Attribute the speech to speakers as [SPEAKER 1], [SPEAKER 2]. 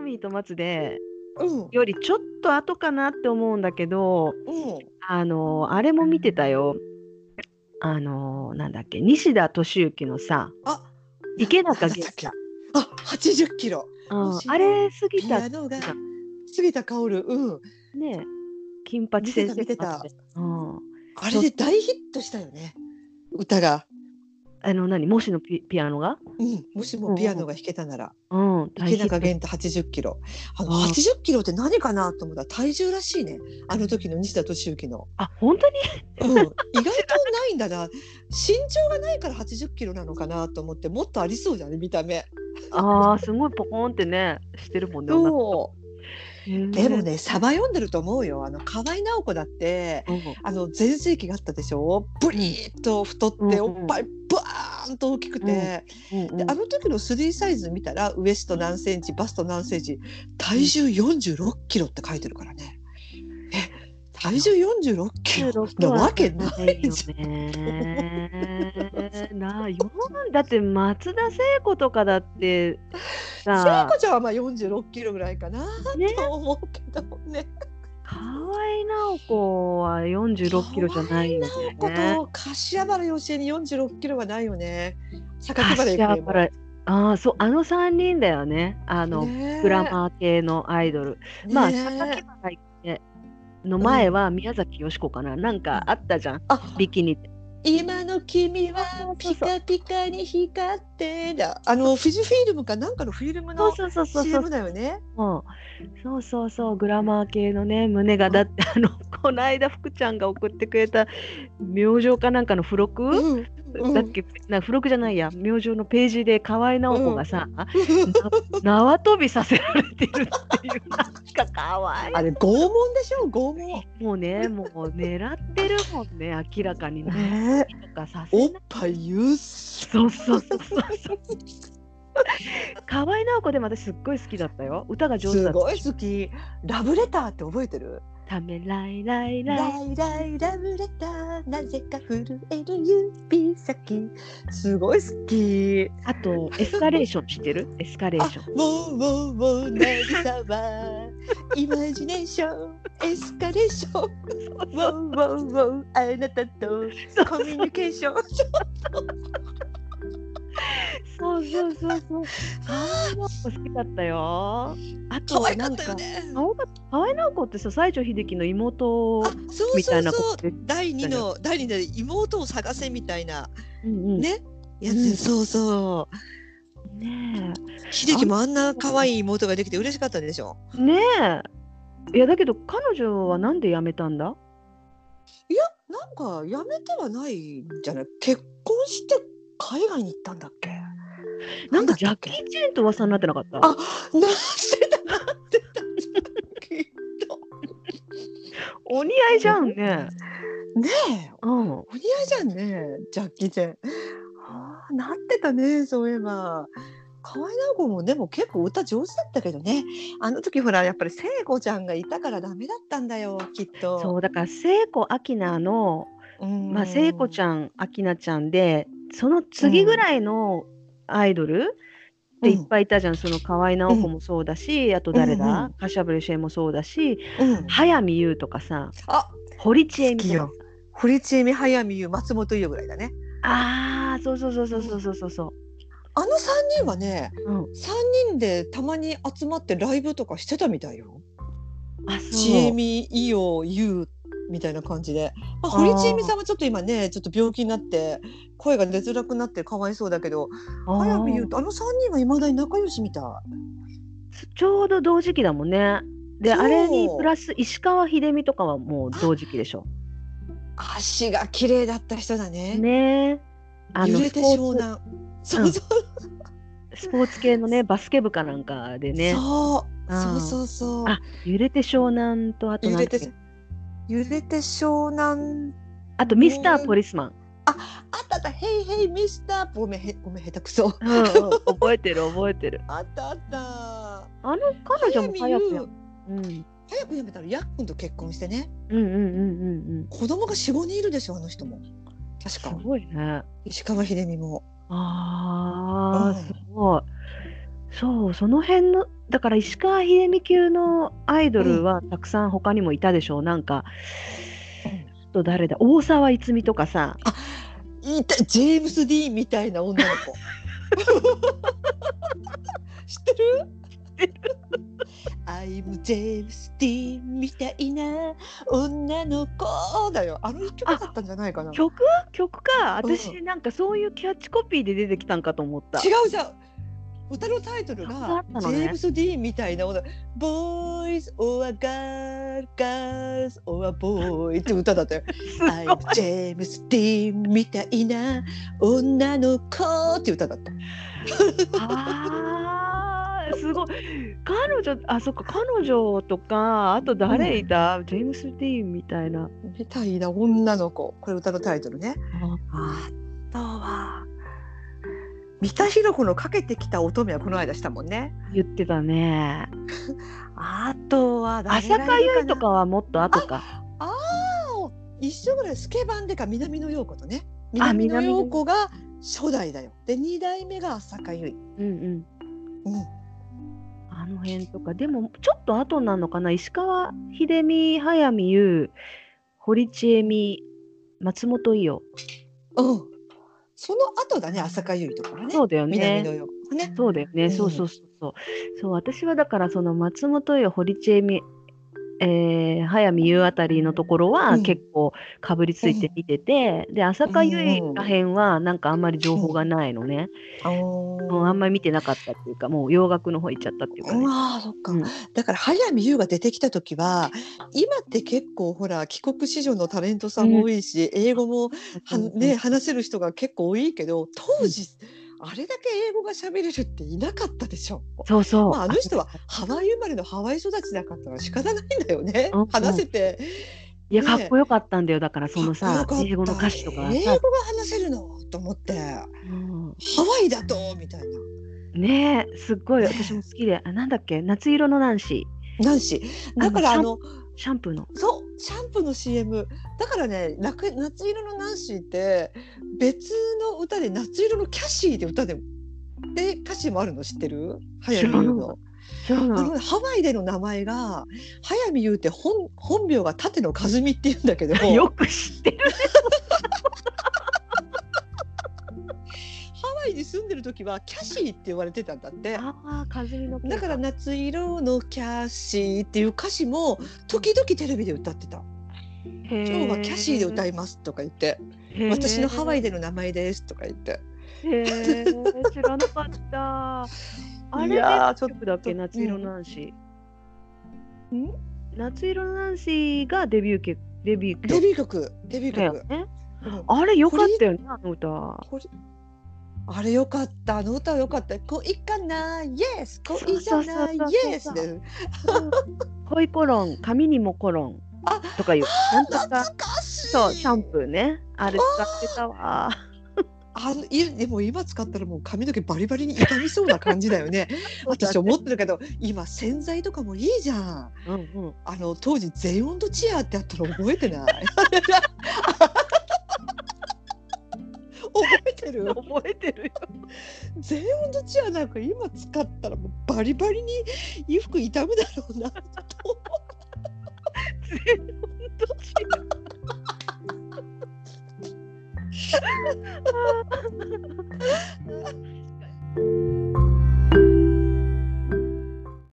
[SPEAKER 1] ミーと松で
[SPEAKER 2] うん。
[SPEAKER 1] よりちょっと後かなって思うんだけど、
[SPEAKER 2] うん。
[SPEAKER 1] あの、あれも見てたよ。あの、なんだっけ、西田敏行のさ、
[SPEAKER 2] あ、
[SPEAKER 1] 池中
[SPEAKER 2] なんだっ
[SPEAKER 1] 玄
[SPEAKER 2] け。あ、八十キロ。
[SPEAKER 1] うん
[SPEAKER 2] 西田
[SPEAKER 1] あれ過ぎ
[SPEAKER 2] ピ
[SPEAKER 1] た
[SPEAKER 2] アノが杉田薫。うん。
[SPEAKER 1] ね、金八先生
[SPEAKER 2] 見てた見て
[SPEAKER 1] うん
[SPEAKER 2] あれで大ヒットしたよね。歌が。
[SPEAKER 1] あの何もしのピピアノが、
[SPEAKER 2] うん。もしもピアノが弾けたなら。
[SPEAKER 1] うん、
[SPEAKER 2] 池
[SPEAKER 1] 大ヒッ
[SPEAKER 2] 中
[SPEAKER 1] ト
[SPEAKER 2] 玄太八十キロ。あの
[SPEAKER 1] あー
[SPEAKER 2] 八十キロって何かなと思ったら体重らしいね。あの時の西田敏行の。
[SPEAKER 1] あ本当に
[SPEAKER 2] うん、意外とないんだな身長がないから80キロなのかなと思ってもっとありそうじゃね見た目
[SPEAKER 1] ああすごいポコンってねしてるもんね女の
[SPEAKER 2] そ
[SPEAKER 1] 子へー
[SPEAKER 2] うでもねサバ読んでると思うよあの河合直子だって
[SPEAKER 1] うん
[SPEAKER 2] あの全盛期があったでしょブリーっと太っ
[SPEAKER 1] うんう
[SPEAKER 2] て
[SPEAKER 1] ん
[SPEAKER 2] おっぱいバーンと大きくて、
[SPEAKER 1] うんうんう
[SPEAKER 2] で
[SPEAKER 1] ん
[SPEAKER 2] あの時のスリーサイズ見たらウエスト何センチバスト何センチ体重46キロって書いてるからねえ体重46キロ
[SPEAKER 1] 46
[SPEAKER 2] な
[SPEAKER 1] は
[SPEAKER 2] わけない
[SPEAKER 1] ないよねなあよんだって松田聖子とかだって
[SPEAKER 2] 聖
[SPEAKER 1] さ
[SPEAKER 2] 子ちゃんはまあ46キロぐらいかな
[SPEAKER 1] ね
[SPEAKER 2] と思うけどね。
[SPEAKER 1] 河合直子は46キロじゃないよね
[SPEAKER 2] 河合直子と柏原芳恵に46キロはないよね。坂木原
[SPEAKER 1] 柏
[SPEAKER 2] 郁恵も
[SPEAKER 1] 原ああそうあの三人だよねあの、
[SPEAKER 2] ねえ
[SPEAKER 1] グラマー系のアイドル、まあ
[SPEAKER 2] ねえ
[SPEAKER 1] 榊原の前は宮崎美子かな、なんかあったじゃん
[SPEAKER 2] あ
[SPEAKER 1] ビキニって
[SPEAKER 2] 今の君はピカピカに光ってだあのフィジフィルムかなんかのフィルム
[SPEAKER 1] そ
[SPEAKER 2] の
[SPEAKER 1] うそうそうそうそう
[SPEAKER 2] CM だよね。
[SPEAKER 1] そうそうそうグラマー系のね胸がだってあの この間福ちゃんが送ってくれた明星かなんかの付録、
[SPEAKER 2] うんうん
[SPEAKER 1] だっけな付録じゃないや明星のページで河合直子がさ、
[SPEAKER 2] うん
[SPEAKER 1] な縄跳びさせられてる っていうなんかかわい
[SPEAKER 2] あれ拷問でしょ拷問。
[SPEAKER 1] いもうねもう狙ってるもんね明らかにね
[SPEAKER 2] ねえ
[SPEAKER 1] とかさせ
[SPEAKER 2] お
[SPEAKER 1] な
[SPEAKER 2] っ
[SPEAKER 1] い
[SPEAKER 2] ぱい優勢。
[SPEAKER 1] そうそうそうそうそう。河合直子でも私すっごい好きだったよ。歌が上手だ
[SPEAKER 2] す
[SPEAKER 1] った。
[SPEAKER 2] ごい好き。ラブレターって覚えてる？
[SPEAKER 1] ためらいらいらい。
[SPEAKER 2] ライライラブレターなぜか震える指先すごい好き
[SPEAKER 1] あとエスカレーション知ってる？エスカレーション。
[SPEAKER 2] ウォーウォーウォー渚は イマジネーションエスカレーションウォーウォーウォーあなたとコミュニケーション
[SPEAKER 1] そうそうそう そう。河合直子好きだったよ。あと
[SPEAKER 2] 可愛か
[SPEAKER 1] な
[SPEAKER 2] っ
[SPEAKER 1] ん
[SPEAKER 2] た
[SPEAKER 1] か
[SPEAKER 2] よね
[SPEAKER 1] 青が河合直子ってさ西城秀樹の妹
[SPEAKER 2] あそう
[SPEAKER 1] み
[SPEAKER 2] そ
[SPEAKER 1] た
[SPEAKER 2] う
[SPEAKER 1] いな
[SPEAKER 2] そ
[SPEAKER 1] 子
[SPEAKER 2] う
[SPEAKER 1] で、
[SPEAKER 2] 第二の第二の妹を探せみたいな
[SPEAKER 1] うんうん、ね
[SPEAKER 2] ねや
[SPEAKER 1] う
[SPEAKER 2] つ
[SPEAKER 1] ん
[SPEAKER 2] そうそう秀樹もあんな可愛い妹ができて嬉しかったでしょ
[SPEAKER 1] えねえいやだけど彼女はなんで辞めたんだ？
[SPEAKER 2] いや、なんかやめてはないんじゃない。結婚して海外に行ったんだっけ。
[SPEAKER 1] なんか
[SPEAKER 2] なんだっけ
[SPEAKER 1] ジャッキー・チェンと噂になってなかった？
[SPEAKER 2] あ、なんでだ、なんでだ。 きっと
[SPEAKER 1] お似合いじゃんね。
[SPEAKER 2] ねえ、
[SPEAKER 1] うん。
[SPEAKER 2] お似合いじゃんね、ジャッキーちゃん。ああ、なってたね、そういえば。河合直子もでも結構歌上手だったけどね。あの時ほら、やっぱり聖子ちゃんがいたからダメだったんだよ、きっと。
[SPEAKER 1] そうだから聖子アキナの、
[SPEAKER 2] うん
[SPEAKER 1] まあ、聖子ちゃんアキナちゃんでその次ぐらいのアイドルっていっぱいいたじゃん、その河合直子もそうだし、あと誰
[SPEAKER 2] うんう
[SPEAKER 1] だ
[SPEAKER 2] ん
[SPEAKER 1] 柏原芳恵もそうだし
[SPEAKER 2] うん
[SPEAKER 1] 早見優とかさ
[SPEAKER 2] あ、
[SPEAKER 1] 堀ちえみと
[SPEAKER 2] 好き
[SPEAKER 1] か
[SPEAKER 2] よ堀ちえみ、早見優、松本伊代ぐらいだね。
[SPEAKER 1] ああそうそうそうそうそうそうそうそう
[SPEAKER 2] あの三人はね、
[SPEAKER 1] うん
[SPEAKER 2] 三人でたまに集まってライブとかしてたみたいよ。
[SPEAKER 1] あ
[SPEAKER 2] ちえ
[SPEAKER 1] そう
[SPEAKER 2] み、いよ、ゆうみたいな感じで。まあ、堀ちえみさんはちょっと今ね、ちょっと病気になって、声が出づらくなってかわいそうだけど、
[SPEAKER 1] あ
[SPEAKER 2] 早見ゆ
[SPEAKER 1] ー
[SPEAKER 2] うと、あの三人はいまだに仲良しみたい。
[SPEAKER 1] ちょうど同時期だもんねで
[SPEAKER 2] そう
[SPEAKER 1] あれにプラス石川秀美とかはもう同時期でしょ
[SPEAKER 2] 足が綺麗だった人だね。
[SPEAKER 1] ねえあ
[SPEAKER 2] 揺
[SPEAKER 1] の
[SPEAKER 2] れ
[SPEAKER 1] ス
[SPEAKER 2] て
[SPEAKER 1] ポー
[SPEAKER 2] 湘
[SPEAKER 1] ツ
[SPEAKER 2] 南。そうそう、
[SPEAKER 1] スポーツ系のねバスケ部かなんかでね
[SPEAKER 2] そう、
[SPEAKER 1] うん
[SPEAKER 2] そうそうそう。
[SPEAKER 1] あ揺れて湘南とあと
[SPEAKER 2] 揺
[SPEAKER 1] なん
[SPEAKER 2] れ
[SPEAKER 1] だってけ、
[SPEAKER 2] 揺れて湘南。
[SPEAKER 1] あとミスターポリスマン、
[SPEAKER 2] あったあった、ヘイヘイミスター。ごめん、へ、ごめん、下手くそ。
[SPEAKER 1] うんうん、覚えてる覚えてる
[SPEAKER 2] あったあった。
[SPEAKER 1] あの彼女も早くや、うん、
[SPEAKER 2] 早く辞めたらヤックンと結婚してね
[SPEAKER 1] うんうんうんうんうん
[SPEAKER 2] 子供が45人いるでしょあの人も確
[SPEAKER 1] す
[SPEAKER 2] か
[SPEAKER 1] ごいね
[SPEAKER 2] 石川秀美も
[SPEAKER 1] あー、
[SPEAKER 2] うん
[SPEAKER 1] すごいそうその辺のだから石川秀美級のアイドルはたくさん他にもいたでしょう、なんか、ちょっと誰だ大沢いつみとかさ
[SPEAKER 2] いたジェームス・ディーンみたいな女 の子知ってる I'm ジェームス・ディーンみたいな女の子だよあの曲だったんじゃないかな違
[SPEAKER 1] 曲曲か
[SPEAKER 2] うん
[SPEAKER 1] 私なんかそういうキャッチコピーで出てきたんかと思った。
[SPEAKER 2] うじゃん歌のタイトル
[SPEAKER 1] 曲だ
[SPEAKER 2] が
[SPEAKER 1] っ
[SPEAKER 2] 「
[SPEAKER 1] た
[SPEAKER 2] ジ
[SPEAKER 1] のね
[SPEAKER 2] ェームス・ディーンみたいな女 Boys or girl, girls or boy」って歌だったよ
[SPEAKER 1] す
[SPEAKER 2] 「I'm ジェームス・ディーンみたいな女の子」って歌だった。
[SPEAKER 1] あーすごい彼女あそっか彼女とかあと誰いた、ジェームス・ディーンみたいな
[SPEAKER 2] みたいな女の子これ歌のタイトルね。あとは三田寛子の「かけてきた乙女」はこの間したもんね。
[SPEAKER 1] 言ってたね
[SPEAKER 2] あとは誰
[SPEAKER 1] 浅
[SPEAKER 2] がいる
[SPEAKER 1] 香
[SPEAKER 2] な
[SPEAKER 1] 唯とかはもっと後か
[SPEAKER 2] ああ一緒ぐらいスケバンでか南野陽子とね南野
[SPEAKER 1] 南野
[SPEAKER 2] 陽子が初代だよ。で二代目が浅香唯。
[SPEAKER 1] うんうん
[SPEAKER 2] うん
[SPEAKER 1] あの辺とかでもちょっと後なのかな石川秀美早見優堀ちえみ松本伊代
[SPEAKER 2] うん、その後だね浅香唯とかね
[SPEAKER 1] そうだよ
[SPEAKER 2] 南野
[SPEAKER 1] ね
[SPEAKER 2] 陽子ね。
[SPEAKER 1] そうだよね、
[SPEAKER 2] うん
[SPEAKER 1] そうそうそうそうそう私はだからその松本伊代堀ちえみえー、早見優あたりのところ
[SPEAKER 2] う
[SPEAKER 1] は
[SPEAKER 2] ん
[SPEAKER 1] 結構かぶりついて見てて、で浅香唯らへんはなんかあんまり情報がないのね、
[SPEAKER 2] あー
[SPEAKER 1] もうあんまり見てなかったっていうかもう洋楽の方行っちゃったっていうか
[SPEAKER 2] う
[SPEAKER 1] ね。
[SPEAKER 2] わーそっか、
[SPEAKER 1] うん
[SPEAKER 2] だから早見優が出てきた時は今って結構ほら帰国子女のタレントさんも多いし、英語もは、ね、話せる人が結構多いけど当時、あれだけ英語が喋れるっていなかったでしょ。
[SPEAKER 1] そうそう、
[SPEAKER 2] まあ、あの人はハワイ生まれのハワイ育ちだから仕方ないんだよね
[SPEAKER 1] うんうん
[SPEAKER 2] 話せて
[SPEAKER 1] いや
[SPEAKER 2] ね
[SPEAKER 1] かっこよかったんだよだからその
[SPEAKER 2] かっ
[SPEAKER 1] さ
[SPEAKER 2] こよかった
[SPEAKER 1] 英語の歌詞とか
[SPEAKER 2] 英
[SPEAKER 1] さ
[SPEAKER 2] 語、が話せるのと思ってハ
[SPEAKER 1] うん
[SPEAKER 2] ワイだとみたいな。
[SPEAKER 1] ねえすっごい
[SPEAKER 2] ね
[SPEAKER 1] 私も好きであなんだっけ夏色のナンシ
[SPEAKER 2] なんしだか
[SPEAKER 1] あ
[SPEAKER 2] ら
[SPEAKER 1] の
[SPEAKER 2] あの
[SPEAKER 1] ーシャンプーの
[SPEAKER 2] そうシャンプーの CM だからねなく夏色のナンシーって別の歌で夏色のキャシーで歌でもで歌詞もあるの知ってる早
[SPEAKER 1] 知
[SPEAKER 2] 見優
[SPEAKER 1] らな
[SPEAKER 2] の
[SPEAKER 1] そうな
[SPEAKER 2] あ
[SPEAKER 1] の
[SPEAKER 2] のハワイでの名前が早見優って本本名が舘野和美って言うんだけど
[SPEAKER 1] よく知ってる
[SPEAKER 2] ハワイに住んでる時はキャシーって言われてたんだって
[SPEAKER 1] ああ風見の
[SPEAKER 2] だから夏色のキャシーっていう歌詞も時々テレビで歌ってた「今日はキャシーで歌
[SPEAKER 1] い
[SPEAKER 2] います」とか言って「私のハワイでの名前です」とか言って。
[SPEAKER 1] へえ知らなかっ たあれ
[SPEAKER 2] い
[SPEAKER 1] で
[SPEAKER 2] やー
[SPEAKER 1] 何曲だっけ
[SPEAKER 2] ちょっと
[SPEAKER 1] 夏色のナンシー
[SPEAKER 2] ん
[SPEAKER 1] 夏色のナンシーがデビュー曲デビュー曲
[SPEAKER 2] デビュー曲デビュー
[SPEAKER 1] だよ
[SPEAKER 2] 曲、
[SPEAKER 1] ね
[SPEAKER 2] うん
[SPEAKER 1] あれよかったよねあの歌
[SPEAKER 2] これあれよかったあの歌よかった恋かなイエス恋じ
[SPEAKER 1] そうそ
[SPEAKER 2] ゃない
[SPEAKER 1] うそうそう
[SPEAKER 2] イエスで
[SPEAKER 1] 恋コロン髪にもコロン
[SPEAKER 2] あ
[SPEAKER 1] とかいうなんとか
[SPEAKER 2] 懐かしい
[SPEAKER 1] そうシャンプーねあれ使ってたわ
[SPEAKER 2] あのいでも今使ったらもう髪の毛バリバリに傷みそうな感じだよ ね私思ってるけど今洗剤とかもいいじゃん
[SPEAKER 1] うんうん
[SPEAKER 2] あの当時全温度チェアってあったの覚えてない 覚えてる
[SPEAKER 1] 覚えてるよ
[SPEAKER 2] 全温度チェアなんか今使ったらもうバリバリに衣服傷むだろうなと思っ
[SPEAKER 1] 全然